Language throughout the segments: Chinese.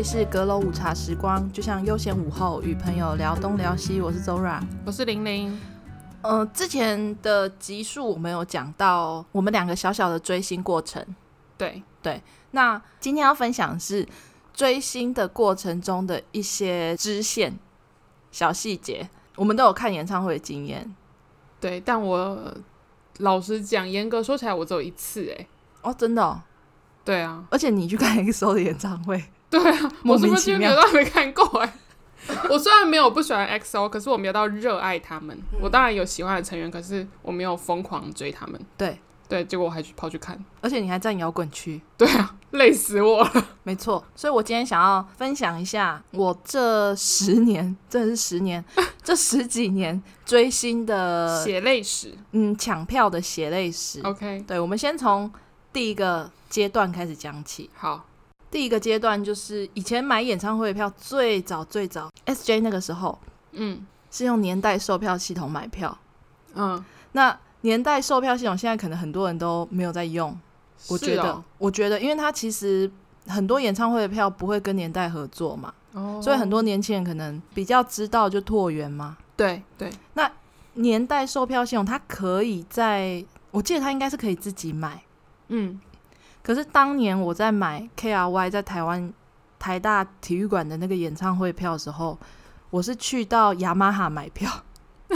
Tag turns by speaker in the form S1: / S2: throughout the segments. S1: 是阁楼午茶时光，就像悠闲午后，与朋友聊东聊西。我是 Zora。
S2: 我是玲玲，
S1: 呃，之前的集数我们有讲到我们两个小小的追星过程。
S2: 对，
S1: 那今天要分享的是追星的过程中的一些支线、小细节。我们都有看演唱会的经验
S2: 对，但我老实讲，严格说起来，我只有一次、欸，
S1: 哦，真的、哦。
S2: 对啊，
S1: 而且你去看 EXO 的演唱会，
S2: 对啊，
S1: 莫
S2: 我是
S1: 名
S2: 不
S1: 其
S2: 是
S1: 妙
S2: 觉得没看过、欸？ 我虽然没有不喜欢 XO，可是我没有到热爱他们。
S1: 嗯
S2: 我当然有喜欢的成员，可是我没有疯狂追他们。
S1: 对，
S2: 对，结果我还去跑去看，
S1: 而且你还站摇滚区。
S2: 累死我了。
S1: 没错，所以我今天想要分享一下我这十年， 真的是十年，这十几年追星的
S2: 血泪史。
S1: 嗯抢票的血泪史。
S2: OK，
S1: 对，我们先从第一个阶段开始讲起。
S2: 好，
S1: 第一个阶段就是以前买演唱会的票，最早最早 SJ 那个时候
S2: 嗯
S1: 是用年代售票系统买票。
S2: 嗯，
S1: 那年代售票系统现在可能很多人都没有在用，我
S2: 是
S1: 觉得，
S2: 哦
S1: 我觉得，因为它其实很多演唱会的票不会跟年代合作嘛。
S2: 哦
S1: 所以很多年轻人可能比较知道就拓元嘛。
S2: 对对，
S1: 年代售票系统，它可以在，我记得它应该是可以自己买。
S2: 嗯
S1: 可是当年我在买 KRY 在台湾台大体育馆的那个演唱会票的时候，我是去到雅马哈买票，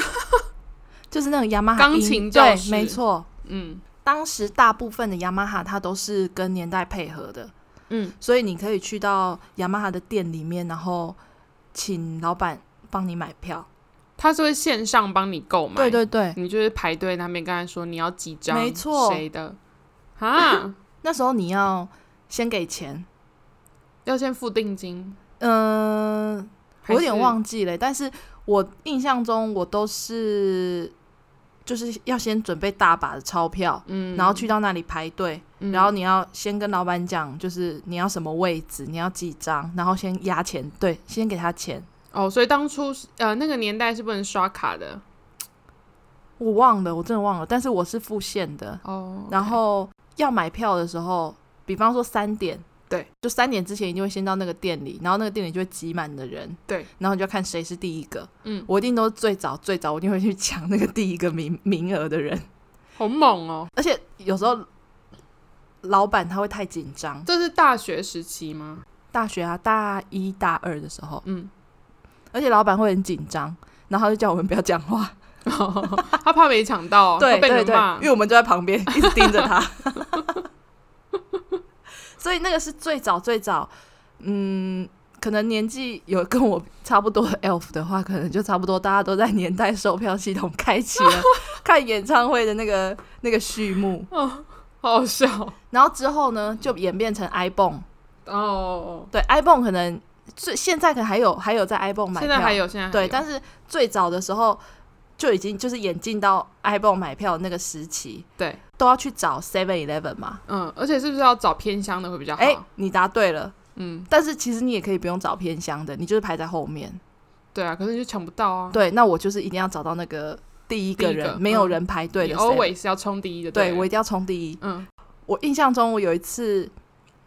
S1: 就是那种雅马哈
S2: 钢
S1: 音
S2: 琴教
S1: 对，
S2: 室
S1: 没错。
S2: 嗯
S1: 当时大部分的雅马哈它都是跟年代配合的，
S2: 嗯，
S1: 所以你可以去到雅马哈的店里面，然后请老板帮你买票。
S2: 他是会线上帮你购买，
S1: 对对对，
S2: 你就是排队那边跟他说你要几张，
S1: 没错
S2: 谁的 啊？
S1: 那时候你要先给钱，
S2: 要先付定金，
S1: 嗯、我
S2: 还
S1: 有点
S2: 是，
S1: 忘记了，但是我印象中我都是就是要先准备大把的钞票，
S2: 嗯
S1: 然后去到那里排队，
S2: 嗯
S1: 然后你要先跟老板讲，就是你要什么位置，你要几张，然后先压钱，对，先给他钱。
S2: 哦，所以当初是呃那个年代是不能刷卡的
S1: 我忘了，我真的忘了，但是我是付现的。
S2: 哦，
S1: 然后要买票的时候，比方说三点，
S2: 对，
S1: 就三点之前一定会先到那个店里，然后那个店里就会挤满的人，
S2: 对，
S1: 然后你就要看谁是第一个，
S2: 嗯，
S1: 我一定都是最早最早，我一定会去抢那个第一个名名额的人，
S2: 好猛哦，
S1: 而且有时候老板他会太紧张，
S2: 这是大学时期吗？
S1: 大学啊大一大二的时候，
S2: 嗯，
S1: 而且老板会很紧张，然后他就叫我们不要讲话，
S2: 他怕没抢到，
S1: 对
S2: 会被
S1: 对
S2: 人
S1: 对
S2: 骂，
S1: 因为我们就在 旁边一直盯着他，所以那个是最早最早，嗯，可能年纪有跟我差不多的 elf 的话，可能就差不多大家都在年代售票系统开启 了看演唱会的那个那个序幕，
S2: 哦好好笑
S1: 然后之后呢就演变成 iPhone，
S2: 哦。
S1: 对 iPhone 可能最现在可能还有还有在 iPhone 买
S2: 现
S1: 票，
S2: 在还有，现在还
S1: 对，
S2: 有
S1: 但是最早的时候就已经就是演进到 iPhone 买票的那个时期，
S2: 对，
S1: 都要去找 Seven Eleven 嘛。
S2: 嗯，而且是不是要找偏乡的会比啊较好？
S1: 哎、你答对了，
S2: 嗯，
S1: 但是其实你也可以不用找偏乡的，你就是排在后面。
S2: 对啊，可是你就抢不到啊。
S1: 对，那我就是一定要找到那个第一个
S2: 第一
S1: 人，
S2: 个
S1: 没有
S2: 嗯
S1: 人排队
S2: 你
S1: 的 7-Eleven。
S2: always 要冲第一的，
S1: 对
S2: 了
S1: 我一定要冲第一。
S2: 嗯
S1: 我印象中，我有一次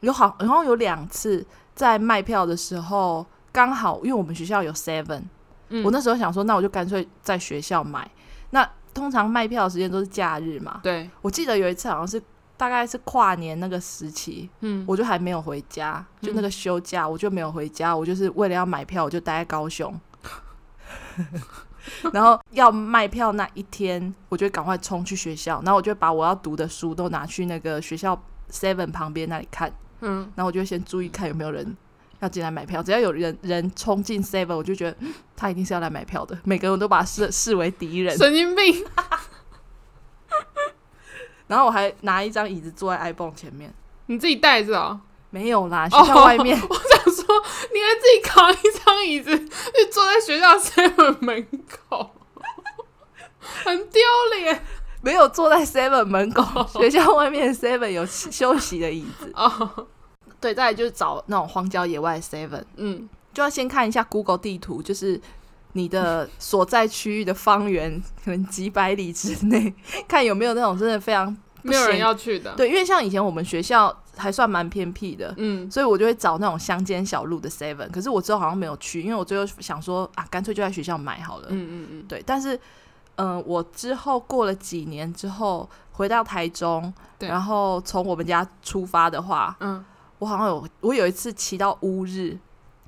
S1: 有好，然后有两次在卖票的时候，刚好因为我们学校有 Seven，、
S2: 嗯，
S1: 我那时候想说，那我就干脆在学校买。那通常卖票的时间都是假日嘛，
S2: 对，
S1: 我记得有一次好像是大概是跨年那个时期，
S2: 嗯，
S1: 我就还没有回家，就那个休假我就没有回家，我就是为了要买票，我就待在高雄。 然后要卖票那一天，我就赶快冲去学校，然后我就把我要读的书都拿去那个学校 Seven 旁边那里看，
S2: 嗯，
S1: 然后我就先注意看有没有人要进来买票。只要有人人冲进 Seven，我就觉得嗯他一定是要来买票的。每个人我都把他视视为敌人，
S2: 神经病，
S1: 然后我还拿一张椅子坐在 iPhone 前面。
S2: 你自己带着啊！
S1: 没有啦，学
S2: 哦
S1: 校外面、
S2: 我 想说，你还自己扛一张椅子去坐在学校 seven 门口， 很丢脸
S1: 没有坐在 Seven 门口，学校外面 Seven 有休息的椅子。
S2: 哦。
S1: 对，再来就是找那种荒郊野外 Seven，
S2: 嗯，
S1: 就要先看一下 Google 地图，就是你的 所在区域的方圆可能几百里之内，看有没有那种真的非常不
S2: 没有人
S1: 行
S2: 要去的。，
S1: 对，因为像以前我们学校还算蛮偏僻的，
S2: 嗯，
S1: 所以我就会找那种乡间小路的 Seven。可是我之后好像没有去，因为我最后想说啊，干脆就在学校买好了。
S2: 嗯嗯嗯，
S1: 对，但是嗯、呃我之后过了几年之后回到台中，
S2: 对
S1: 然后从我们家出发的话，
S2: 嗯，
S1: 我好像有我有一次骑到乌日，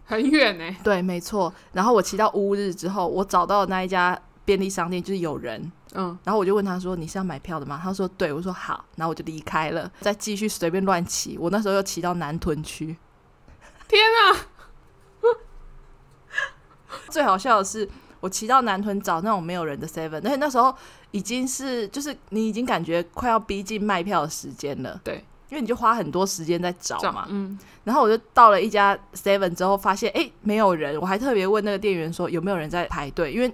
S2: 很远呢、
S1: 对，没错。然后我骑到乌日之后，我找到的那一家便利商店就是有人，
S2: 嗯，
S1: 然后我就问他说：“你是要买票的吗？”他说：“对。”我说：“好。”然后我就离开了，再继续随便乱骑。我那时候又骑到南屯区，
S2: 天啊，
S1: 最好笑的是，我骑到南屯找那种没有人的 Seven，而且那时候已经是就是你已经感觉快要逼近卖票的时间了，
S2: 对，
S1: 因为你就花很多时间在找
S2: 这样
S1: 嘛。
S2: 嗯，
S1: 然后我就到了一家 Seven 之后，发现诶没有人，我还特别问那个店员说有没有人在排队，因为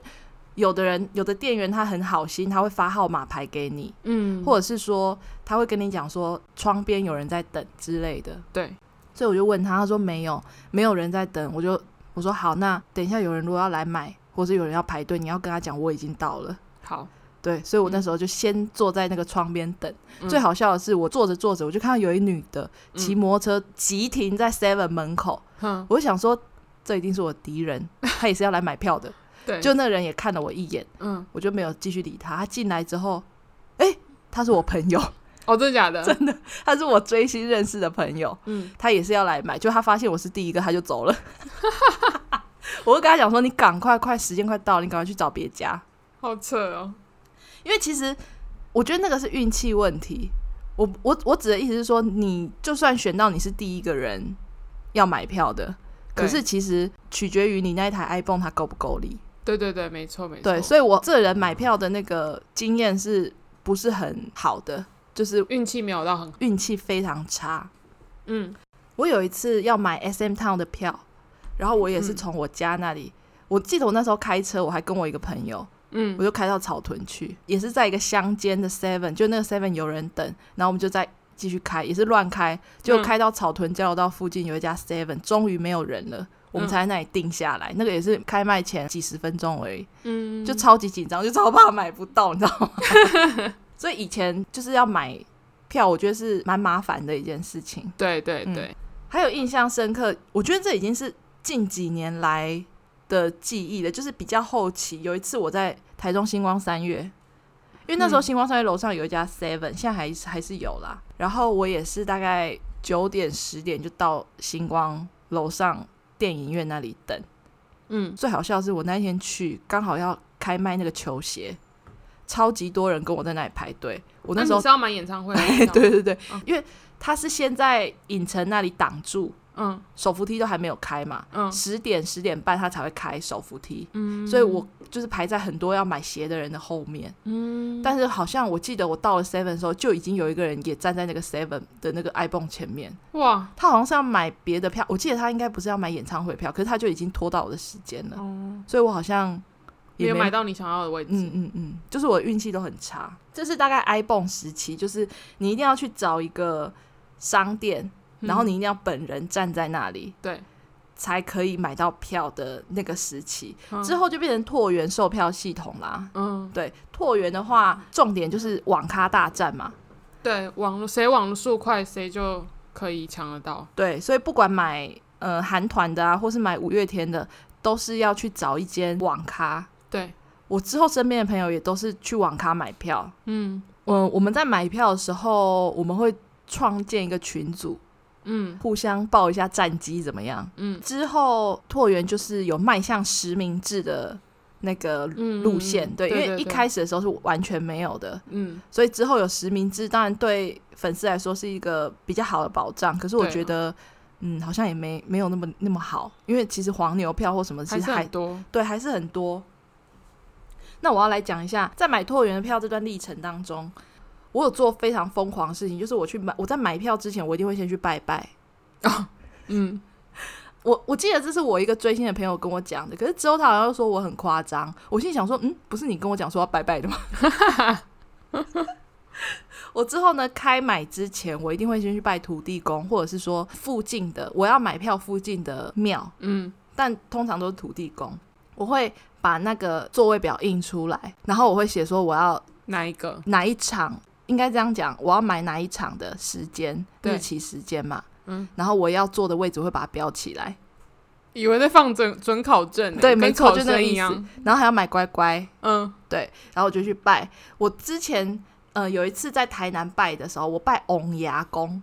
S1: 有的人有的店员他很好心，他会发号码牌给你，
S2: 嗯，
S1: 或者是说他会跟你讲说窗边有人在等之类的。
S2: 对，
S1: 所以我就问他，他说没有，没有人在等。我就我说好，那等一下有人如果要来买，或是有人要排队，你要跟他讲我已经到了。
S2: 好，
S1: 对，所以我那时候就先坐在那个窗边等。
S2: 嗯
S1: 最好笑的是，我坐着坐着，我就看到有一女的骑
S2: 嗯
S1: 摩托车急停在 Seven 门口，
S2: 哼，
S1: 我就想说这一定是我敌 人，他也是要来买票的。
S2: 对，
S1: 就那个人也看了我一眼，
S2: 嗯，
S1: 我就没有继续理他。他进来之后，诶，他是我朋友，
S2: 哦，真的假的？
S1: 真的，他是我追星认识的朋友。
S2: 嗯，
S1: 他也是要来买，就他发现我是第一个，他就走了。 我就跟他讲说：“你赶快，快时间快到，你赶快去找别家。
S2: 好扯哦，”
S1: 因为其实我觉得那个是运气问题。我我我指的意思是说，你就算选到你是第一个人要买票的，可
S2: 对
S1: 是其实取决于你那一台 iPhone 它够不够力。
S2: 对对对，没错没错，
S1: 对，所以我这人买票的那个经验是不是很好的？就是
S2: 运气没有到很好，
S1: 运气非常差。
S2: 嗯，
S1: 我有一次要买 SM Town 的票，然后我也是
S2: 嗯
S1: 从我家那里，我记得我那时候开车，我还跟我一个朋友，
S2: 嗯
S1: 我就开到草屯去，也是在一个乡间的 Seven，就那个 Seven 有人等，然后我们就再继续开，也是乱开，结果
S2: 嗯
S1: 开到草屯交流道附近有一家 Seven，终于没有人了。我们
S2: 嗯
S1: 才在那里定下来，那个也是开卖前几十分钟而已，
S2: 嗯，
S1: 就超级紧张，就超怕买不到，你知道吗？ 所以以前就是要买票，我觉得是蛮麻烦的一件事情。
S2: 对对
S1: 嗯
S2: 对，
S1: 还有印象深刻，我觉得这已经是近几年来的记忆了，就是比较后期。有一次我在台中星光三月，因为那时候
S2: 嗯
S1: 星光三月楼上有一家 Seven，、现在还是还是有啦。然后我也是大概九点十点就到星光楼上电影院那里等。
S2: 嗯，
S1: 最好笑的是我那一天去，刚好要开卖那个球鞋，超级多人跟我在那里排队。我那时
S2: 啊你
S1: 候
S2: 是要买 演唱会的
S1: 对，对对对
S2: 嗯，
S1: 因为他是先在影城那里挡住。
S2: 嗯
S1: 手扶梯都还没有开嘛，
S2: 嗯
S1: 十、点十点半他才会开手扶梯，
S2: 嗯，
S1: 所以我就是排在很多要买鞋的人的后面。
S2: 嗯，
S1: 但是好像我记得我到了 Seven 的时候，就已经有一个人也站在那个 Seven 的那个 iPhone 前面，
S2: 哇，
S1: 他好像是要买别的票，我记得他应该不是要买演唱会票，可是他就已经拖到我的时间了，
S2: 哦，
S1: 所以我好像
S2: 没
S1: 也
S2: 有
S1: 没
S2: 买到你想要的位
S1: 嗯
S2: 置，
S1: 嗯嗯，就是我运气都很差。这是大概 iPhone 时期，就是你一定要去找一个商店，然后你一定要本人站在那里，
S2: 对
S1: 才可以买到票的那个时期，
S2: 嗯
S1: 之后就变成拓元售票系统啦。
S2: 嗯，
S1: 对，拓元的话，重点就是网咖大战嘛。
S2: 对，网络谁网速快，谁就可以抢得到。
S1: 对，所以不管买呃韩团的啊，或是买五月天的，都是要去找一间网咖。
S2: 对，
S1: 我之后身边的朋友也都是去网咖买票。
S2: 嗯
S1: 嗯，我们在买票的时候，我们会创建一个群组，
S2: 嗯
S1: 互相报一下战绩怎么样。
S2: 嗯
S1: 之后拓元就是有迈向实名制的那个
S2: 嗯，
S1: 路线，
S2: 嗯
S1: 对，因为一，开
S2: 始，
S1: 始的时候是完全没有的，
S2: 嗯，
S1: 所以之后有实名制，当然对粉丝来说是一个比较好的保障。可是我
S2: 对啊
S1: 觉得，嗯，好像也没没有那么那么好，因为其实黄牛票或什么，其
S2: 还
S1: 实
S2: 是
S1: 还
S2: 很多，
S1: 对还是很多。那我要来讲一下，在买拓元的票这段历程当中，我有做非常疯狂的事情，就是我去买，我在买票之前，我一定会先去拜拜。
S2: 嗯
S1: 我我记得这是我一个追星的朋友跟我讲的，可是之后他好像又说我很夸张，我心里想说，嗯，不是你跟我讲说要拜拜的吗？ 我之后呢，开买之前我一定会先去拜土地公，或者是说附近的我要买票附近的庙，
S2: 嗯
S1: 但通常都是土地公。我会把那个座位表印出来，然后我会写说我要
S2: 哪一个？
S1: 哪一场应该这样讲，我要买哪一场的时间、
S2: 对
S1: 日期、时间嘛，
S2: 嗯，
S1: 然后我要坐的位置会把它标起来，
S2: 以为在放准准考证欸，
S1: 对
S2: 跟
S1: 没错
S2: 考
S1: 就那个
S2: 生
S1: 意
S2: 一
S1: 思
S2: 样。
S1: 然后还要买乖乖，
S2: 嗯，
S1: 对，然后我就去拜。我之前呃有一次在台南拜的时候，我拜翁牙公，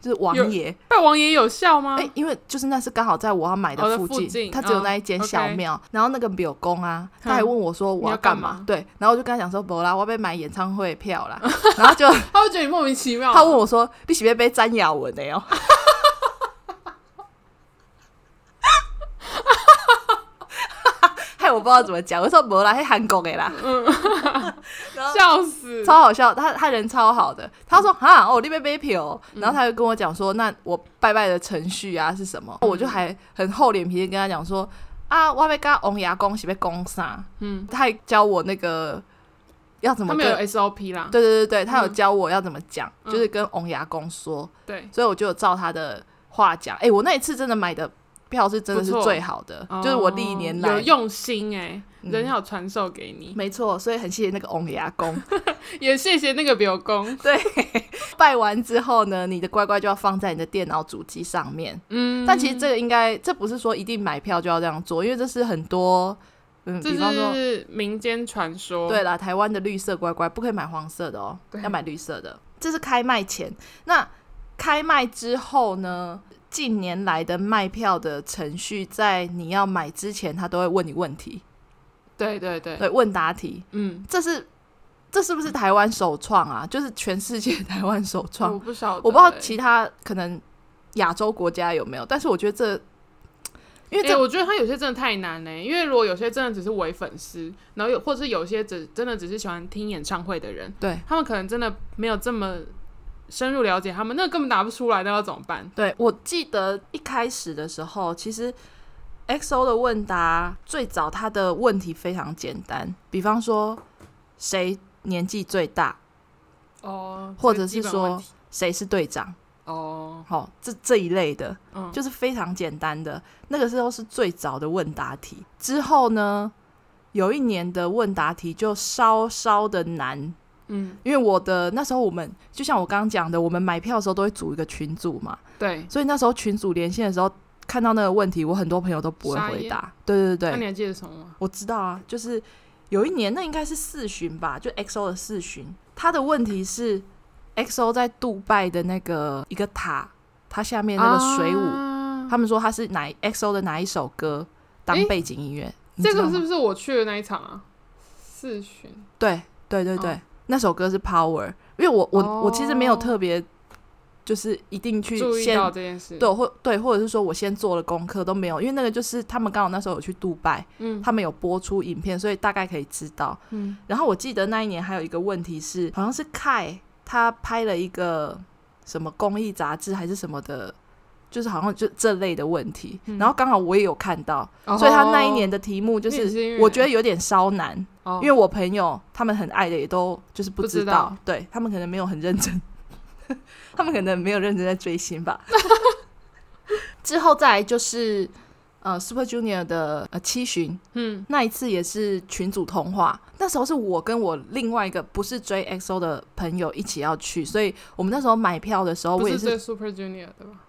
S1: 就是王
S2: 有
S1: 爷，
S2: 拜王爷有效吗
S1: 哎、？因为就是那是刚好在我要买
S2: 啊哦
S1: 的
S2: 在
S1: 附
S2: 附近
S1: 他只有
S2: 嗯
S1: 那一间小
S2: OK
S1: 庙。然后那个柳公啊，他还
S2: 嗯
S1: 问我说我
S2: 你要
S1: 干
S2: 干嘛
S1: 对，然后我就跟他讲说，不啦，我要被买演唱会票 啦。然后就
S2: 他会觉得你莫名其妙。
S1: 他问我说，你喜不喜欢被詹雅文的 哟？ 害我不知道怎么讲，我说不啦，是韩国的啦。然后
S2: 笑死，
S1: 超好笑，他他人超好的。他
S2: 嗯
S1: 说哈，哦，你被被票，然后他就跟我讲说，那我拜拜的程序啊是什
S2: 嗯
S1: 么？我就还很厚脸皮的跟他讲说，啊，我被跟王牙公是被攻杀，
S2: 嗯，
S1: 他还教我那个要怎
S2: 他
S1: 么
S2: 们
S1: 跟
S2: 有，SOP 啦，
S1: 对对对对，他有
S2: 嗯
S1: 教我要怎么讲，
S2: 嗯
S1: 就是跟王牙公说，
S2: 对，
S1: 所以我就有照他的话讲。哎、我那一次真的买的票是真的是
S2: 不错
S1: 最好的，就是我历年
S2: 哦有
S1: 来。
S2: 用心哎，
S1: 嗯
S2: 人要传授给你，
S1: 没错，所以很谢谢那个翁牙公。
S2: 也谢谢那个表公，
S1: 拜完之后呢，你的乖乖就要放在你的电脑主机上面。
S2: 嗯，
S1: 但其实这个应该，这不是说一定买票就要这样做，因为这是很多，嗯，
S2: 这
S1: 比方说，
S2: 是民间传说，
S1: 对啦，台湾的绿色乖乖不可以买黄色的哦，
S2: 对
S1: 要买绿色的。这是开卖前，那开卖之后呢？近年来的卖票的程序，在你要买之前，他都会问你问题，
S2: 对对对，
S1: 对，问答题。
S2: 嗯，
S1: 这是这是不是台湾首创啊？就是全世界台湾首创
S2: 我。不晓得欸，
S1: 我不知道其他可能亚洲国家有没有，但是我觉得这，因为
S2: 哎、
S1: 这、
S2: 我觉得他有些真的太难呢、因为如果有些真的只是伪粉丝，然后有或者是有些只真的只是喜欢听演唱会的人，
S1: 对
S2: 他们可能真的没有这么深入了解他们，那根本答不出来，那要怎么办？
S1: 对，我记得一开始的时候，其实 XO 的问答最早他的问题非常简单，比方说谁年纪最大，
S2: 哦
S1: 或者是说谁是队长，
S2: 哦，
S1: 好、这这一类的，
S2: 嗯，
S1: 就是非常简单的。那个时候是最早的问答题，之后呢，有一年的问答题就稍稍的难
S2: 嗯，
S1: 因为我的那时候我们就像我刚刚讲的，我们买票的时候都会组一个群组嘛，
S2: 对。
S1: 所以那时候群组连线的时候看到那个问题，我很多朋友都不会回答。对对
S2: 那
S1: 对
S2: 你
S1: 对，
S2: 还记得什么吗？
S1: 我知道啊，就是有一年那应该是四巡吧，就 XO 的四巡，他的问题是 XO 在杜拜的那个一个塔，它下面那个水舞，
S2: 啊
S1: 他们说它是哪 XO 的哪一首歌当
S2: 诶
S1: 背景音乐，你
S2: 这
S1: 知道
S2: 个
S1: 吗
S2: 是不是我去的那一场啊？四巡
S1: 对对对对，
S2: 哦
S1: 那首歌是 Power，因为我我、我其实没有
S2: 哦
S1: 特别，就是一定去
S2: 注意
S1: 先
S2: 到这件事，
S1: 对或对，或者是说我先做了功课都没有，因为那个就是他们刚好那时候有去杜拜，
S2: 嗯
S1: 他们有播出影片，所以大概可以知道。
S2: 嗯，
S1: 然后我记得那一年还有一个问题是，好像是凯他拍了一个什么公益杂志还是什么的。就是好像就这类的问题，
S2: 嗯
S1: 然后刚好我也有看到，所以他那一年
S2: 的，
S1: 的题目就
S2: 哦你也是因
S1: 是
S2: 为
S1: 我觉得有点稍难，
S2: 哦
S1: 因为我朋友他们很爱的也都就是不
S2: 不
S1: 知
S2: 知
S1: 道，
S2: 道
S1: 对他们可能没有很认真， 他们可能没有认真在追星吧。 之后再来就是呃 Super Junior 的呃七旬
S2: 嗯
S1: 那一次也是群组通话，那时候是我跟我另外一个不是追 XO 的朋友一起要去，所以我们那时候买票的时候
S2: 不
S1: 我也
S2: 是
S1: 是
S2: 对 Super Junior 的吧？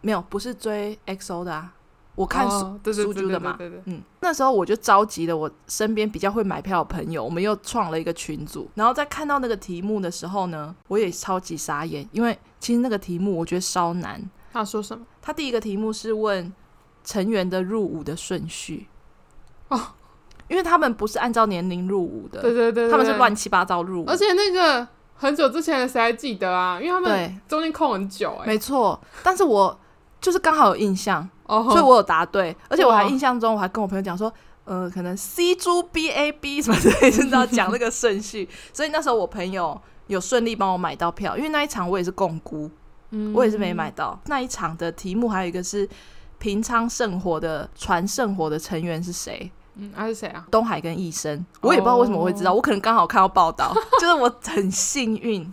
S1: 没有不是追 XO 的啊，我看苏、
S2: 哦对对
S1: 苏
S2: 对
S1: 珠
S2: 对
S1: 的嘛
S2: 对对对
S1: 嗯，那时候我就召集了我身边比较会买票的朋友，我们又创了一个群组。然后在看到那个题目的时候呢，我也超级傻眼，因为其实那个题目我觉得稍难。
S2: 他说什么？
S1: 他第一个题目是问成员的入伍的顺序
S2: 哦，
S1: 因为他们不是按照年龄入伍
S2: 对
S1: 的，
S2: 对对，
S1: 他们是
S2: 对
S1: 乱。七八糟入伍
S2: 而。且那个很久之前的谁还记得啊？因为他们
S1: 对，
S2: 中间空很久哎、
S1: 没错。但是我就是刚好有印象，
S2: 哦，
S1: 所以我有答对，而且我还
S2: 哇
S1: 印象中我还跟我朋友讲说，呃，可能 C 猪 B A B 什么之类，就是要讲那个顺序。所以那时候我朋友有顺利帮我买到票，因为那一场我也是共估，
S2: 嗯
S1: 我也是没买。到、那一场的题目，还有一个是平昌圣火的船圣火的成员是谁？
S2: 嗯，他、是谁啊？
S1: 东海跟
S2: 哦
S1: 义生，我也不知道为什么我会知道我可能刚好看到报道，就是我很幸运。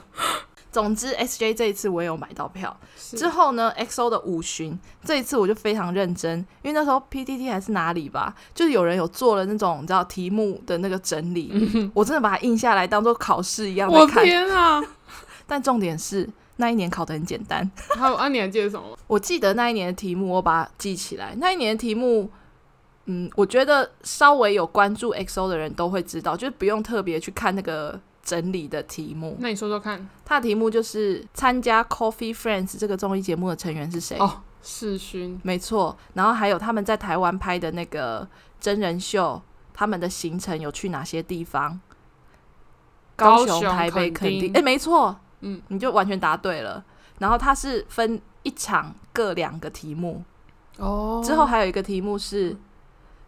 S1: 总之，SJ 这一次我也有买到票。
S2: 是
S1: 之后呢，XO 的五巡这一次我就非常认真，因为那时候 PTT 还是哪里吧，就是有人有做了那种你知道题目的那个整理，我真的把它印下来当做考试一样在
S2: 嗯我
S1: 看。
S2: 天啊！
S1: 但重点是那一年考得很简单，
S2: 还有啊，你还记得什么吗？
S1: 我记得那一年的题目我把它记起来，那一年的题目。嗯，我觉得稍微有关注 XO 的人都会知道，就是不用特别去看那个整理的题目。
S2: 那你说说看。
S1: 它的题目就是参加 Coffee Friends 这个综艺节目的成员是谁？
S2: 哦，世勋，
S1: 没错，然后还有他们在台湾拍的那个真人秀，他们的行程有去哪些地方？
S2: 高
S1: 雄、
S2: 雄
S1: 台北、
S2: 垦
S1: 垦
S2: 丁
S1: 哎、没错，
S2: 嗯，
S1: 你就完全答对了。然后它是分一场各两个题目，
S2: 哦
S1: 之后还有一个题目是，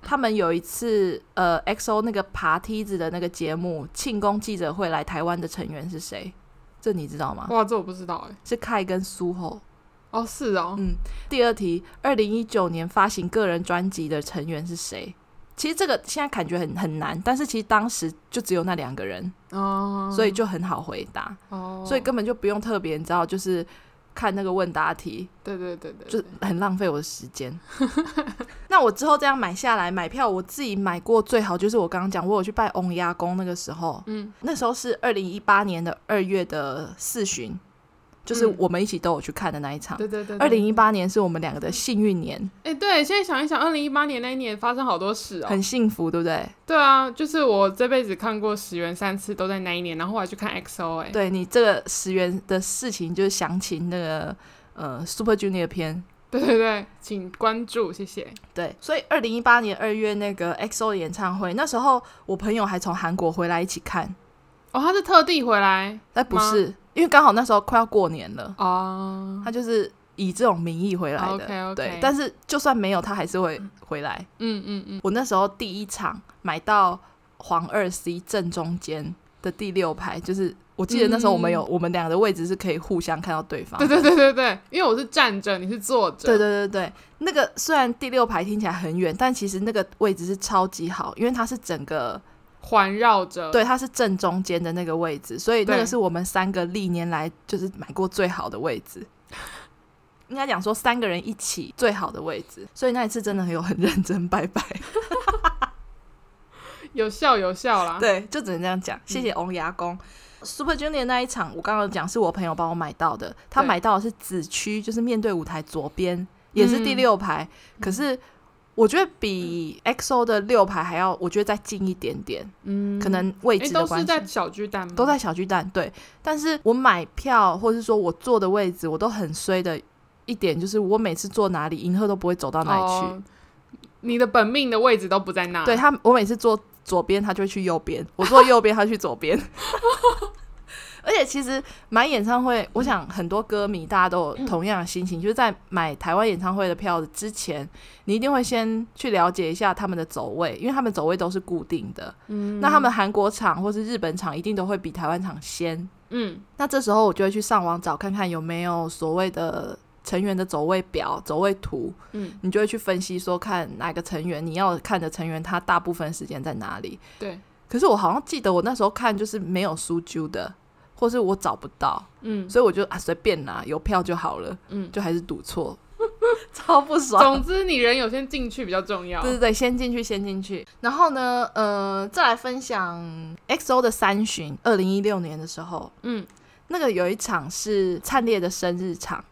S1: 他们有一次呃，XO 那个爬梯子的那个节目庆功记者会来台湾的成员是谁？这你知道吗？
S2: 哇，这我不知道哎。
S1: 是凯跟苏后。
S2: 哦，是哦，
S1: 嗯，第二题，二零一九年发行个人专辑的成员是谁？其实这个现在感觉很很难，但是其实当时就只有那两个人，
S2: 哦，
S1: 所以就很好回答，
S2: 哦，
S1: 嗯所以根本就不用特别，你知道，就是看那个问答题，
S2: 对对对对，
S1: 就
S2: 对
S1: 很浪费我的时间。 那我之后这样买下来买票，我自己买过最好就是我刚刚讲，我有去拜翁牙公那个时候，
S2: 嗯，
S1: 那时候是二零一八年的二月的四旬，就是
S2: 嗯
S1: 我们一起都有去看的那一场。
S2: 对对对。对
S1: 二零一八年是我们两个的幸运年，
S2: 哎，对，现在想一想，二零一八年那一年发生好多事哦。
S1: 很幸福，对不对？
S2: 对啊，就是我这辈子看过十元三次，都在那一年，然后我还去看 XO 哎。
S1: 对你这个十元的事情，就是想起那个呃 Super Junior 篇。
S2: 对对对，请关注，谢谢。
S1: 对，所以二零一八年二月那个 XO 的演唱会，那时候我朋友还从韩国回来一起看，
S2: 哦，他是特地回来
S1: 但不是因为刚好那时候快要过年了，
S2: 哦。
S1: 他就是以这种名义回来的。
S2: OK，OK
S1: 对，但是就算没有，他还是会回来。
S2: 嗯嗯嗯，
S1: 我那时候第一场买到黄二 C 正中间的第六排，就是我记得那时候我们有、我们两个的位置是可以互相看到对方的。
S2: 嗯对对对对对，因为我是站着，你是坐着。
S1: 对对对对，那个虽然第六排听起来很远，但其实那个位置是超级好，因为它是整个
S2: 环绕着。
S1: 对，它是正中间的那个位置，所以那
S2: 呃对
S1: 个是我们三个历年来就是买过最好的位置。应该讲说三个人一起最好的位置，所以那一次真的很有很认真拜拜。
S2: 有笑有笑啦。
S1: 对，就只能这样讲。谢
S2: 嗯
S1: 谢翁牙公。Super Junior 那一场，我刚刚有讲是我朋友帮我买到的，他
S2: 对
S1: 买到的是子区，就是面对舞台左边，也是第
S2: 嗯
S1: 六排。可是我觉得比 XO 的六排还要，我觉得再近一点点，
S2: 嗯，
S1: 可能位
S2: 诶
S1: 置的
S2: 都
S1: 关
S2: 是
S1: 系。
S2: 在小巨蛋吗？
S1: 都在小巨蛋，对。但是我买票，或是说我坐的位置，我都很衰的一点，就是我每次坐哪里，银赫都不会走到哪里去。
S2: 哦你的本命的位置都不在那。
S1: 对他，我每次坐左边，他就会去右边；我坐右 边，他去左边。而且其实买演唱会，我想很多歌迷大家都有同样的心情，就是在买台湾演唱会的票之前，你一定会先去了解一下他们的走位，因为他们走位都是固定的。
S2: 嗯，
S1: 那他们韩国场或是日本场一定都会比台湾场先。
S2: 嗯，
S1: 那这时候我就会去上网找看看有没有所谓的成员的走位表、走位图，
S2: 嗯，
S1: 你就会去分析说看哪个成员你要看的成员他大部分时间在哪里。
S2: 对，
S1: 可是我好像记得我那时候看就是没有苏啾的，或是我找不到，
S2: 嗯
S1: 所以我就啊随便拿有票就好了，
S2: 嗯。
S1: 就还是赌错， 超不爽。
S2: 总之，你人有先进去比较重要。
S1: 对对对，先进去，先进去。然后呢，呃，再来分享 XO 的三巡，二零一六年的时候，
S2: 嗯，
S1: 那个有一场是灿烈的生日场，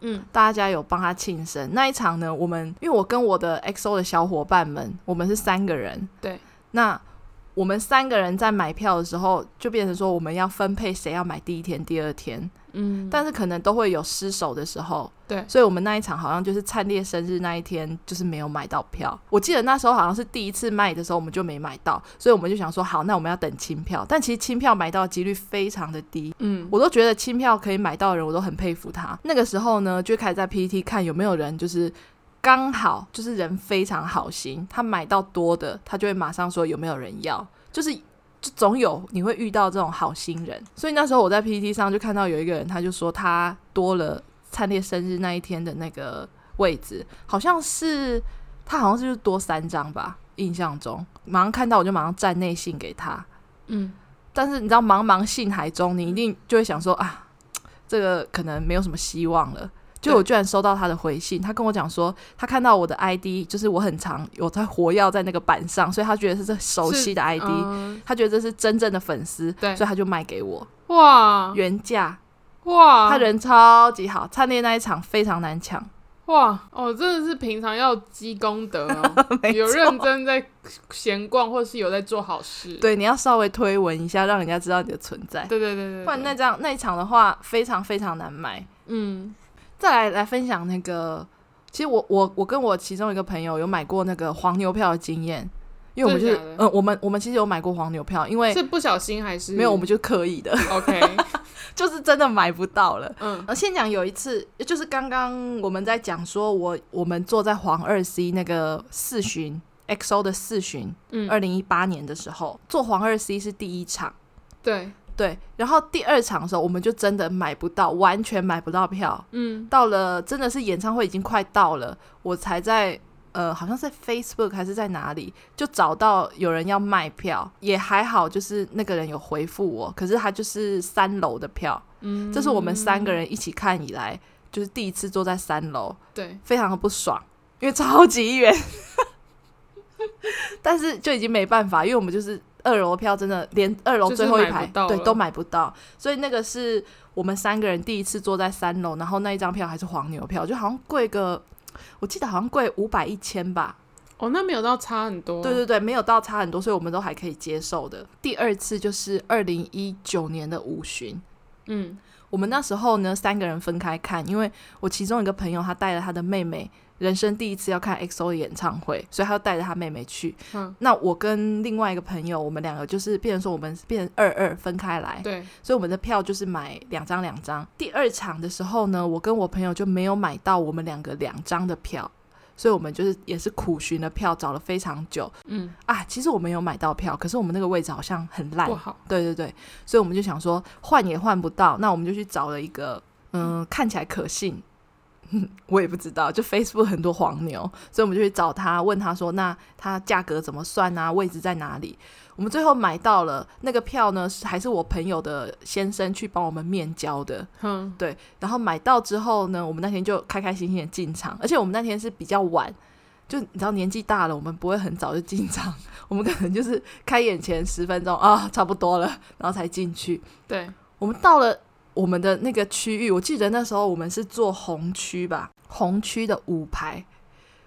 S2: 嗯，
S1: 大家有帮他庆生。那一场呢，我们因为我跟我的 XO 的小伙伴们，我们是三个人，
S2: 对，
S1: 那。我们三个人在买票的时候，就变成说我们要分配谁要买第一天、第二天，
S2: 嗯，
S1: 但是可能都会有失手的时候，
S2: 对
S1: 所以我们那一场好像就是灿烈生日那一天，就是没有买到票。我记得那时候好像是第一次卖的时候，我们就没买到，所以我们就想说，好，那我们要等清票。但其实清票买到的几率非常的低，
S2: 嗯，
S1: 我都觉得清票可以买到的人，我都很佩服他。那个时候呢，就开始在 PPT 看有没有人就是。刚好就是人非常好心，他买到多的，他就会马上说有没有人要，就是就总有你会遇到这种好心人。所以那时候我在 PPT 上就看到有一个人，他就说他多了灿烈生日那一天的那个位置，好像是他好像是就是多三张吧，印象中。马上看到我就马上站内信给他，
S2: 嗯，
S1: 但是你知道茫茫信海中，你一定就会想说啊，这个可能没有什么希望了。就我居然收到他的回信，他跟我讲说，他看到我的 ID，就是我很常有在活跃在那个板上，所以他觉得是这熟悉的 ID，、
S2: 嗯
S1: 他觉得这是真正的粉丝，
S2: 对
S1: 所以他就卖给我
S2: 哇
S1: 原价。
S2: 哇，
S1: 他人超级好，灿烈那一场非常难抢，
S2: 哇哦，真的是平常要积功德哦，
S1: 没
S2: 有
S1: 错
S2: 认真在闲逛，或是有在做好事。
S1: 对，你要稍微推文一下，让人家知道你的存在，
S2: 对对对对对，
S1: 不然那张那一场的话，非常非常难买。
S2: 嗯
S1: 再来来分享那个，其实我我我跟我其中一个朋友有买过那个黄牛票的经验，因为我们就是
S2: 真的假的
S1: 嗯，我们我们其实有买过黄牛票，因为
S2: 是不小心还是
S1: 没有我们就刻意的，
S2: OK
S1: 就是真的买不到了。
S2: 嗯
S1: 呃，先讲有一次，就是刚刚我们在讲说我我们坐在黄二 C 那个四巡 XO 的四巡，
S2: 嗯
S1: 二零一八年的时候做黄二 C 是第一场。
S2: 对
S1: 对，然后第二场的时候，我们就真的买不到，完全买不到票。
S2: 嗯
S1: 到了真的是演唱会已经快到了，我才在呃，好像在 Facebook 还是在哪里，就找到有人要卖票，也还好，就是那个人有回复我，可是他就是三楼的票，
S2: 嗯，
S1: 这是我们三个人一起看以来，就是第一次坐在三楼，
S2: 对
S1: 非常的不爽，因为超级远， 但是就已经没办法，因为我们就是二楼的票真的连二楼最后一
S2: 就是买
S1: 排
S2: 不到
S1: 对
S2: 了
S1: 都买不到，所以那个是我们三个人第一次坐在三楼，然后那一张票还是黄牛票，就好像贵个。我记得好像贵五百一千吧，
S2: 哦，那没有到差很多，
S1: 对对对，没有到差很多，所以我们都还可以接受的。第二次就是二零一九年的五旬，
S2: 嗯
S1: 我们那时候呢，三个人分开看，因为我其中一个朋友他带了他的妹妹，人生第一次要看 XO 的演唱会，所以他就带着他妹妹去。
S2: 嗯
S1: 那我跟另外一个朋友，我们两个就是变成说我们变成二二分开来，
S2: 对
S1: 所以我们的票就是买两张两张。第二场的时候呢，我跟我朋友就没有买到我们两个两张的票。所以我们就是也是苦寻了票，找了非常久
S2: 嗯
S1: 啊。其实我们有买到票，可是我们那个位置好像很烂
S2: 不，好
S1: 对对对，所以我们就想说换也换不到，那我们就去找了一个嗯、看起来可信， 我也不知道，就 Facebook 很多黄牛，所以我们就去找他，问他说那他价格怎么算啊，位置在哪里？我们最后买到了那个票呢，是还是我朋友的先生去帮我们面交的。
S2: 哼
S1: 然后买到之后呢，我们那天就开开心心的进场，而且我们那天是比较晚，就你知道年纪大了，我们不会很早就进场， 我们可能就是开演前十分钟啊，差不多了，然后才进去。
S2: 对
S1: 我们到了我们的那个区域，我记得那时候我们是坐红区吧，红区的五排，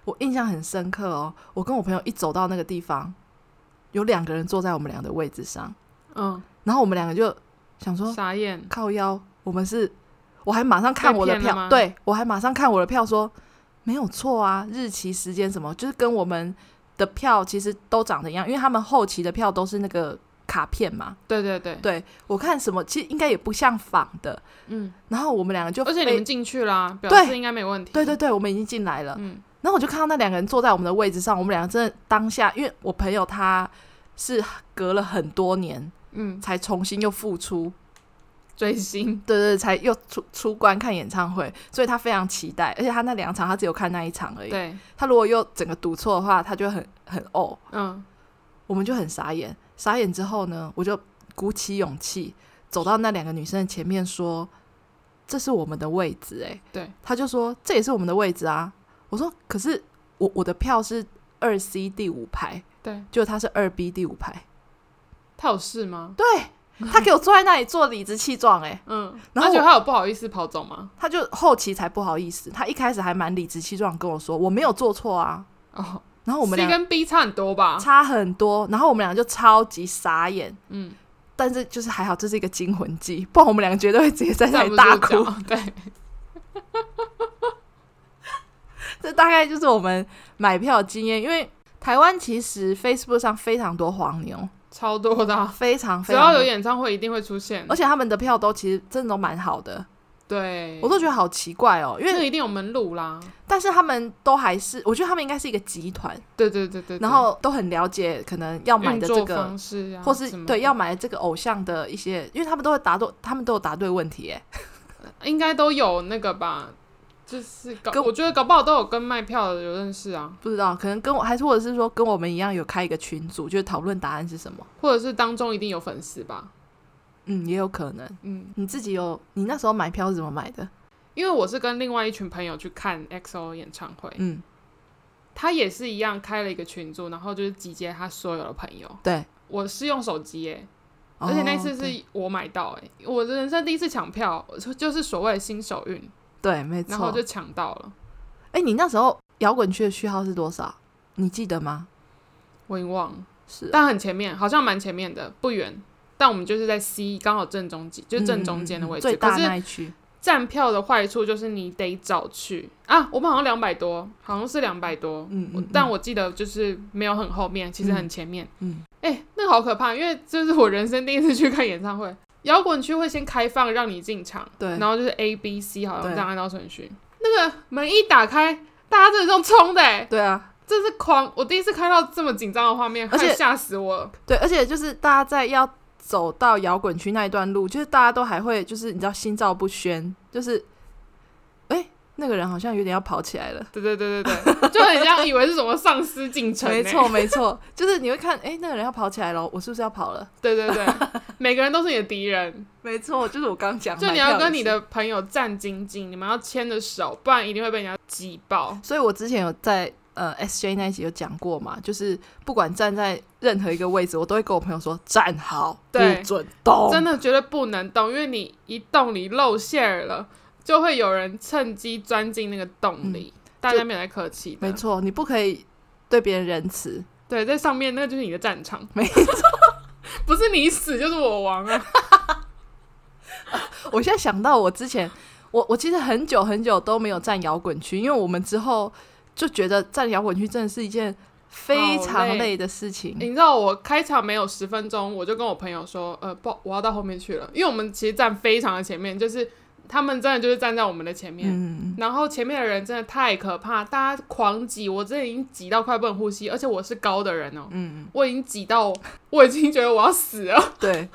S1: 我印象很深刻哦。我跟我朋友一走到那个地方，有两个人坐在我们俩的位置上，
S2: 嗯
S1: 然后我们两个就想说，
S2: 傻眼
S1: 靠腰，我们是，我还马上看我的
S2: 被骗了吗
S1: 票，对我还马上看我的票说没有错啊，日期、时间什么，就是跟我们的票其实都长得一样，因为他们后期的票都是那个卡片嘛。
S2: 对对对
S1: 对我看什么，其实应该也不像仿的。
S2: 嗯，
S1: 然后我们两个就
S2: 而且你
S1: 非
S2: 们进去啦，表
S1: 对
S2: 示应该没问题，
S1: 对对对，我们已经进来了。
S2: 嗯
S1: 然后我就看到那两个人坐在我们的位置上，我们两个真的当下，因为我朋友他是隔了很多年
S2: 嗯
S1: 才重新又复出，
S2: 追星
S1: 对对，才又出出关看演唱会，所以他非常期待。而且他那两场他只有看那一场而已。
S2: 对
S1: 他如果又整个赌错的话，他就很很哦，
S2: 嗯
S1: 我们就很傻眼。傻眼之后呢，我就鼓起勇气走到那两个女生的前面说：“这是我们的位置。”哎，
S2: 对，
S1: 他就说：“这也是我们的位置啊。”我说：“可是我我的票是二 C 第五排，
S2: 对，
S1: 就他是二 B 第五排。
S2: 他有事吗？
S1: 对 他给我坐在那里做理直气壮，哎，
S2: 嗯，
S1: 然
S2: 那
S1: 后
S2: 觉得
S1: 我
S2: 他有不好意思跑走吗？
S1: 他就后期才不好意思，他一开始还蛮理直气壮跟我说我没有做错啊，
S2: 哦，
S1: 然后我们
S2: C
S1: 俩
S2: 跟 B 差很多吧？
S1: 差很多，然后我们俩就超级傻眼，
S2: 嗯，
S1: 但是就是还好这是一个惊魂记，不然我们两个绝对会直接在那
S2: 站不
S1: 里
S2: 住
S1: 大哭
S2: 脚。，哦对，
S1: 这大概就是我们买票的经验，因为台湾其实 Facebook 上非常多黄牛，
S2: 超多 的啊、
S1: 非常
S2: 只
S1: 非常
S2: 要有
S1: 多，
S2: 演唱会一定会出现
S1: 而。且他们的票都其实真的都蛮好的，
S2: 对，
S1: 我都觉得好奇怪哦，因
S2: 这
S1: 为
S2: 一定有门路啦。
S1: 但是他们都还是，我觉得他们应该是一个集团，
S2: 对对对对对
S1: 然后都很了解可能要买
S2: 运
S1: 的
S2: 作
S1: 这个
S2: 方式啊，
S1: 或是
S2: 什么
S1: 对要买这个偶像的一些，因为他们都会答对，他们都有答对问题，哎，
S2: 应该都有那个吧，就是搞，
S1: 跟
S2: 我觉得搞不好都有跟卖票的有认识啊，
S1: 不知道可能跟我还是或者是说跟我们一样有开一个群组，就是讨论答案是什么。
S2: 或者是当中一定有粉丝吧。
S1: 嗯，也有可能。
S2: 嗯，
S1: 你自己有，你那时候买票是怎么买的？
S2: 因为我是跟另外一群朋友去看 XO 演唱会，
S1: 嗯，
S2: 他也是一样开了一个群组，然后就是集结他所有的朋友。
S1: 对，
S2: 我是用手机耶、而且那次
S1: 哦对
S2: 是我买到哎、我的人生第一次抢票，就就是所谓的新手运，
S1: 对，没
S2: 然后
S1: 错
S2: 就。抢到了。
S1: 哎、你那时候摇滚区的序号是多少？你记得吗？
S2: 我已经忘了，
S1: 是啊、
S2: 但很前面，好像蛮前面的，不远。但我们就是在 C 刚好正中间，就是正中间的位
S1: 嗯嗯
S2: 置。
S1: 嗯最
S2: 可
S1: 大
S2: 是
S1: 那一区。
S2: 站票的坏处就是你得早去啊，我们好像两百多，好像是两百多，
S1: 嗯
S2: 我
S1: 嗯
S2: 但
S1: 嗯
S2: 我记得就是没有很后面，其实很前面。
S1: 嗯，
S2: 哎、那个好可怕，因为这是我人生第一次去看演唱会。 摇滚区会先开放让你进场，
S1: 对
S2: 然后就是 A、B、C 好像
S1: 对
S2: 这样按照顺序。那个门一打开，大家真的用冲的、欸，
S1: 对啊，
S2: 这是狂！我第一次看到这么紧张的画面，
S1: 而且
S2: 快吓死我了。
S1: 对，而且就是大家在要走到摇滚区那一段路，就是大家都还会就是你知道心照不宣，就是哎、那个人好像有点要跑起来了。
S2: 对对对对对，就很像以为是什么丧尸进城、欸，
S1: 没错，没错，就是你会看，哎、那个人要跑起来了，我是不是要跑了？
S2: 对对对，每个人都是你的敌人，
S1: 没错，就是我刚讲，
S2: 就
S1: 买
S2: 你
S1: 票
S2: 要跟
S1: 也
S2: 你
S1: 是，
S2: 的朋友站紧紧，你们要牵着手，不然一定会被人家挤爆。
S1: 所以我之前有在呃 SJ 那一集有讲过嘛，就是不管站在任何一个位置，我都会跟我朋友说站好，不
S2: 对
S1: 准动，
S2: 真的绝对不能动，因为你一动你露馅儿了，就会有人趁机钻进那个洞里。大家没有在客气的，
S1: 嗯没错，你不可以对别人仁慈，
S2: 对，在上面那个就是你的战场，
S1: 没错。
S2: 不是你死就是我亡 啊！
S1: 我现在想到我之前，我我其实很久很久都没有站摇滚区，因为我们之后就觉得站摇滚区真的是一件非
S2: 好
S1: 常
S2: 哦累
S1: 累的事情。
S2: 你知道我开场没有十分钟，我就跟我朋友说，呃，不，我要到后面去了，因为我们其实站非常的前面，就是他们真的就是站在我们的前面，
S1: 嗯，
S2: 然后前面的人真的太可怕，大家狂挤，我真的已经挤到快不能呼吸，而且我是高的人哦，
S1: 嗯，
S2: 我已经挤到，我已经觉得我要死了，
S1: 对，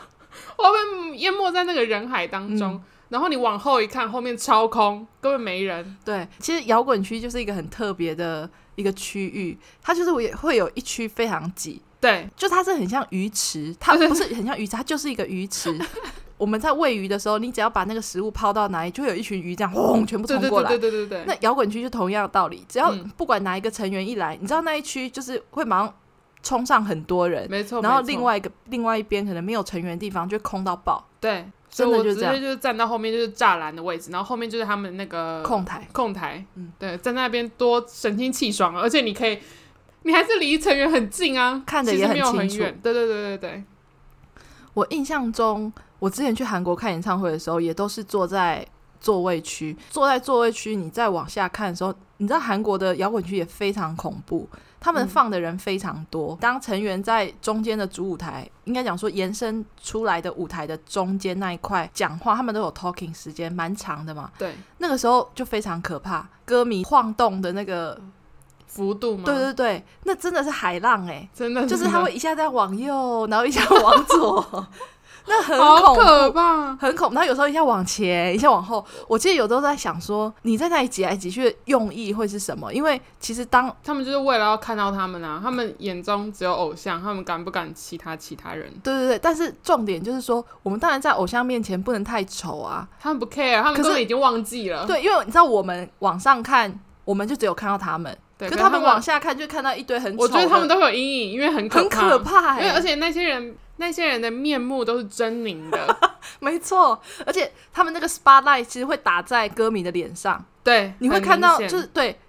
S2: 我要被淹没在那个人海当中。
S1: 嗯
S2: 然后你往后一看，后面超空，根本没人。
S1: 对，其实摇滚区就是一个很特别的一个区域，它就是我也会有一区非常挤，
S2: 对，
S1: 就它是很像鱼池，它不是很像鱼池，它就是一个鱼 池。我们在喂鱼的时候，你只要把那个食物抛到哪里，就会有一群鱼这 样轰全部
S2: 对
S1: 冲
S2: 对
S1: 过
S2: 对
S1: 来。
S2: 对对对对。
S1: 那摇滚区就同样的道理，只要
S2: 嗯
S1: 不管哪一个成员一来，你知道那一区就是会马上冲上很多人，
S2: 没错。
S1: 然后
S2: 没错
S1: 另外一个另外一边可能没有成员的地方就会空到爆，
S2: 对，所
S1: 真
S2: 以
S1: 的
S2: 我
S1: 就
S2: 直
S1: 这样
S2: 接就是站到后面就是栅栏的位置，然后后面就是他们那个
S1: 控台。
S2: 控台。
S1: 嗯
S2: 对，站在那边多神清气爽，啊而且你可以，你还是离成员很近啊，
S1: 看得
S2: 其
S1: 也
S2: 实
S1: 很
S2: 没有很
S1: 清楚
S2: 远。对对对对对，
S1: 我印象中，我之前去韩国看演唱会的时候，也都是坐在座位区，坐在座位区，你再往下看的时候，你知道韩国的摇滚区也非常恐怖，他们
S2: 嗯
S1: 放的人非常多。当成员在中间的主舞台，应该讲说延伸出来的舞台的中间那一块讲话，他们都有 talking 时间，蛮长的嘛。
S2: 对，
S1: 那个时候就非常可怕，歌迷晃动的那个，
S2: 幅度嘛，
S1: 对对对，那真的是海浪哎、
S2: 真 的
S1: 就是
S2: 真的
S1: 他会一下在往右，然后一下往 左，那很
S2: 好
S1: 恐怖
S2: 可怕。
S1: 很恐，然后有时候一下往前，一下往后。我记得有时候在想说，你在那里挤来挤去的用意会是什么？因为其实当
S2: 他们就是为了要看到他们啊，他们眼中只有偶像，他们敢不敢其他其他人？
S1: 对对对，但是重点就是说，我们当然在偶像面前不能太丑啊。
S2: 他们不 care，他
S1: 可
S2: 们
S1: 是
S2: 根本已经忘记了。
S1: 对，因为你知道我们往上看，我们就只有看到他们，
S2: 对，
S1: 可是
S2: 他
S1: 他们往，下看就看到一堆很丑
S2: 我
S1: 的，
S2: 觉得他们都会有阴影，因为很可
S1: 很可怕、
S2: 因为
S1: 欸，
S2: 而且那些人那些人的面目都是狰狞 的，
S1: 没错，而且他们那个 spotlight 其实会打在歌迷的脸上，
S2: 对，
S1: 你会
S2: 很
S1: 看到
S2: 明
S1: 就
S2: 显
S1: 是对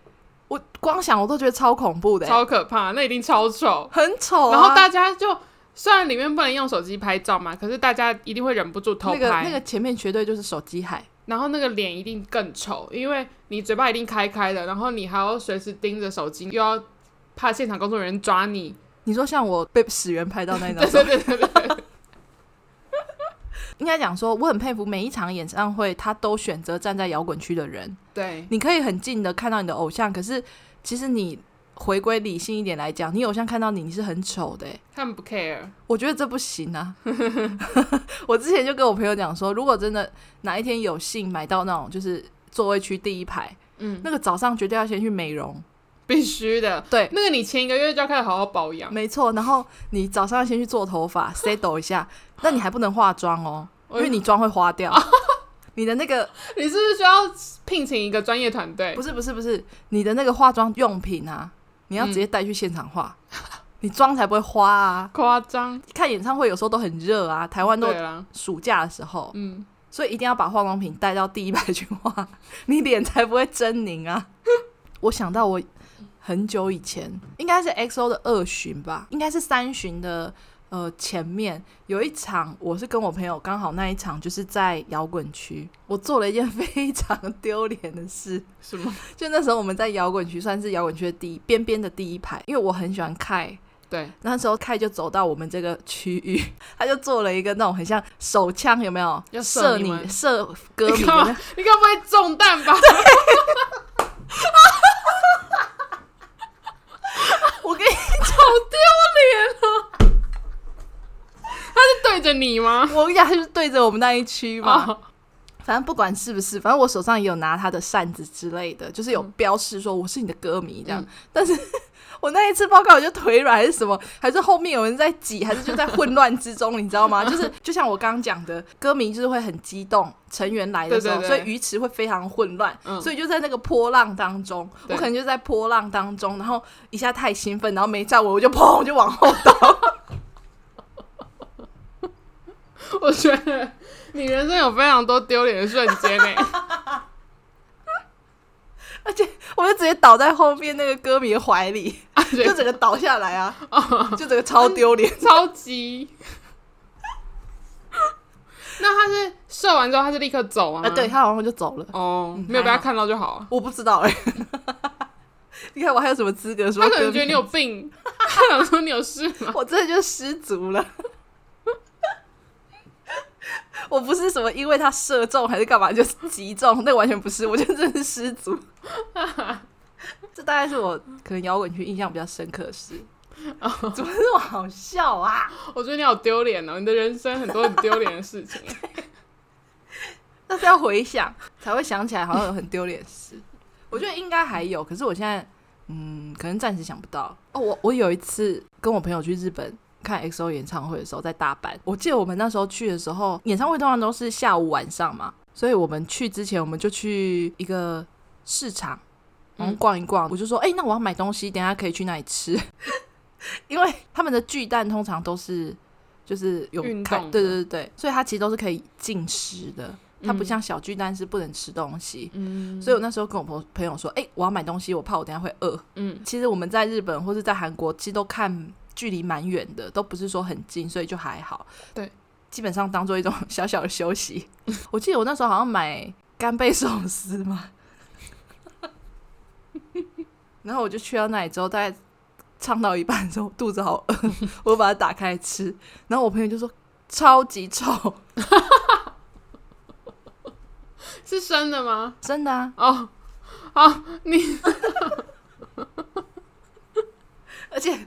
S1: 我光想我都觉得超恐怖的欸、
S2: 超可怕，那一定超丑。
S1: 很丑、啊，
S2: 然后大家就虽然里面不能用手机拍照嘛，可是大家一定会忍不住偷
S1: 那
S2: 拍，
S1: 个那个前面绝对就是手机海。
S2: 然后那个脸一定更丑，因为你嘴巴一定开开的，然后你还要随时盯着手机，又要怕现场工作人员抓你。
S1: 你说像我被史源拍到那种
S2: 对，对对对对对
S1: 应该讲说，我很佩服每一场演唱会，他都选择站在摇滚区的人。
S2: 对
S1: 你可以很近的看到你的偶像，可是其实你回归理性一点来讲，你偶像看到你，你是很丑的欸。
S2: 他们不 care。
S1: 我觉得这不行啊！ 我之前就跟我朋友讲说，如果真的哪一天有幸买到那种就是座位区第一排，
S2: 嗯，
S1: 那个早上绝对要先去美容，
S2: 必须的。
S1: 对，
S2: 那个你前一个月就要开始好好保 养。
S1: 没错。然后你早上先去做头 发，settle 一下，但你还不能化妆哦，因为你妆会花 掉。你的那个
S2: 你是不是需要聘请一个专业团队
S1: 不？是不是不是，你的那个化妆用品啊，你要直
S2: 嗯
S1: 接带去现场化，你妆才不会花啊。
S2: 夸张，
S1: 看演唱会有时候都很热啊，台湾都
S2: 对啦，
S1: 暑假的时候，
S2: 嗯，
S1: 所以一定要把化妆品带到第一排去化， 你脸才不会狰狞啊。 我想到我很久以前，应该是 XO 的二巡吧，应该是三巡的呃前面有一场，我是跟我朋友刚好那一场就是在摇滚区，我做了一件非常丢脸的事。
S2: 什么？
S1: 就那时候我们在摇滚区，算是摇滚区的第一边边的第一排，因为我很喜欢凯。
S2: 对，
S1: 那时候凯就走到我们这个区域， 他就做了一个那种很像手枪，有没有？
S2: 要射
S1: 射
S2: 你
S1: 你
S2: 们
S1: 射歌迷
S2: 你
S1: 的
S2: 干
S1: 那
S2: 嘛？你该不会中弹吧？
S1: 我跟你，
S2: 是对着你吗？
S1: 我跟你讲，他就是对着我们那一区嘛。
S2: 哦
S1: 反正不管是不是，反正我手上也有拿他的扇子之类的，就是有标示说我是你的歌迷这样。
S2: 嗯
S1: 但是 我那一次报告，我就腿软还是什么，还是后面有人在挤，还是就在混乱之中，你知道 吗？就是就像我刚刚讲的，歌迷就是会很激动，成员来的时候，
S2: 对对对
S1: 所以鱼池会非常混乱，
S2: 嗯
S1: 所以就在那个波浪当中，我
S2: 对
S1: 可能就在波浪当中，然后一下太兴奋，然后没站稳，我就砰，我就往 后倒。
S2: 我觉得你人生有非常多丢脸的瞬间欸 诶、
S1: 而且我就直接倒在后面那个歌迷的怀里，
S2: 而且
S1: 就整个倒下来啊，就整个超丢脸。
S2: 超级。 那他是射完之后，他就立刻走啊？
S1: 啊，对，他好像就走了，
S2: 哦，
S1: 嗯
S2: 没有被
S1: 还
S2: 他
S1: 好
S2: 看到就好啊。
S1: 我不知道哎、 你看我还有什么资格说
S2: 他可
S1: 歌
S2: 能
S1: 迷？
S2: 觉得你有病， 他想说你有事吗？
S1: 我真的就失足了。 我不是什么因为他射中还是干嘛，就是击中，那完全不是，我就真的是失足。这大概是我可能摇滚区印象比较深刻的 事。
S2: 哦
S1: 怎么那么好笑啊？
S2: 我觉得你好丢脸哦，你的人生很多很丢脸的事情。
S1: 但是要回想才会想起来，好像有很丢脸的事。 我觉得应该还有，可是我现在嗯，可能暂时想不到。哦，我我有一次跟我朋友去日本看 XO 演唱会的时候，在大阪，我记得我们那时候去的时候，演唱会通常都是下午晚上嘛，所以我们去之前我们就去一个市场。然后
S2: 嗯
S1: 逛一逛，我就说，哎、那我要买东西，等一下可以去那里吃， 因为他们的巨蛋通常都是就是有
S2: 运
S1: 开，
S2: 动
S1: 对
S2: 的
S1: 对对对，所以它其实都是可以进食的，它不
S2: 嗯
S1: 像小巨蛋是不能吃东西。
S2: 嗯
S1: 所以我那时候跟我朋朋友说，哎、我要买东西，我怕我等一下会饿。
S2: 嗯，
S1: 其实我们在日本或是在韩国，其实都看距离蛮远的，都不是说很近，所以就还好。
S2: 对，
S1: 基本上当做一种 小小的休息。 我记得我那时候好像买干贝寿司嘛，然后我就去到那里之后，大概唱到一半的时候，肚子好饿， 我就把它打开吃，然后我朋友就说超级臭，
S2: 是生的吗？
S1: 真的啊。
S2: 哦，好，你
S1: 而且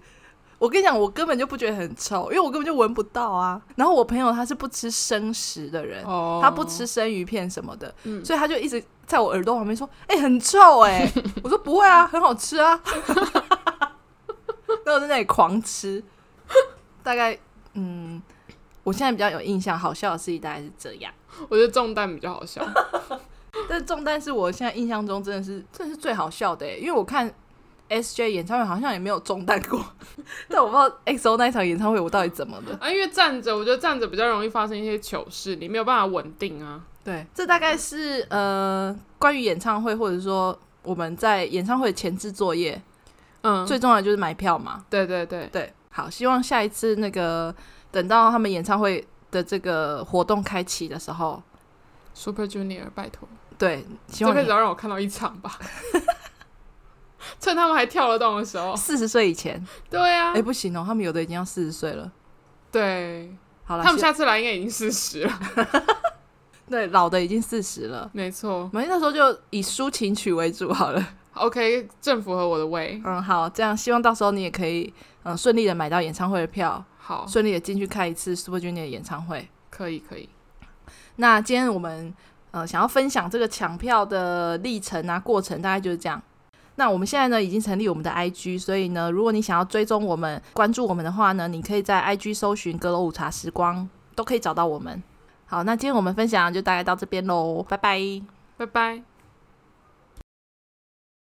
S1: 我跟你讲，我根本就不觉得很臭，因为我根本就闻不到啊。然后我朋友他是不吃生食的人，
S2: 哦
S1: 他不吃，生鱼片什么的，
S2: 嗯
S1: 所以他就一直在我耳朵旁边说：“哎、很臭 哎、我说：“不会啊，很好吃啊。” 然后我在那里狂吃，大概嗯，我现在比较有印象，好笑的事情大概是这样。
S2: 我觉得中弹比较好笑。
S1: 但是重担是我现在印象中真的是，真的是最好笑的欸，因为我看 S J 演唱会好像也没有中弹过， 但我不知道 X O 那一场演唱会我到底怎么了。
S2: 啊，因为站着，我觉得站着比较容易发生一些糗事，你没有办法稳定啊。
S1: 对，这大概是呃关于演唱会或者说我们在演唱会前置作业、
S2: 嗯，
S1: 最重要的就是买票嘛。
S2: 对对对，
S1: 对，好，希望下一次那个等到他们演唱会的这个活动开启的时候，
S2: Super Junior，拜托，
S1: 对，希
S2: 这
S1: 望
S2: 辈子
S1: 你
S2: 要让我看到一场吧。 趁他们还跳得动的时候。
S1: 四十岁以前，
S2: 对啊，
S1: 哎、不行哦，他们有的已经要四十岁了。
S2: 对，
S1: 好了，
S2: 他们
S1: 希
S2: 下次来应该已经四十了。
S1: 对老的已经四十了。
S2: 没错
S1: 我们那时候就以抒情曲为主好了。
S2: ，OK，正符合我的胃。
S1: 嗯，好，这样希望到时候你也可以嗯顺利的买到演唱会的票，
S2: 好，
S1: 顺利的进去看一次 Super Junior 的演唱会。
S2: 可以可以。
S1: 那今天我们呃想要分享这个抢票的历程啊过程，大概就是这样。那我们现在呢已经成立我们的 IG，所以呢，如果你想要追踪我们、关注我们的话呢，你可以在 IG 搜寻“阁楼午茶时光”，都可以找到我们。好，那今天我们分享就大概到这边喽，拜拜。
S2: 拜拜。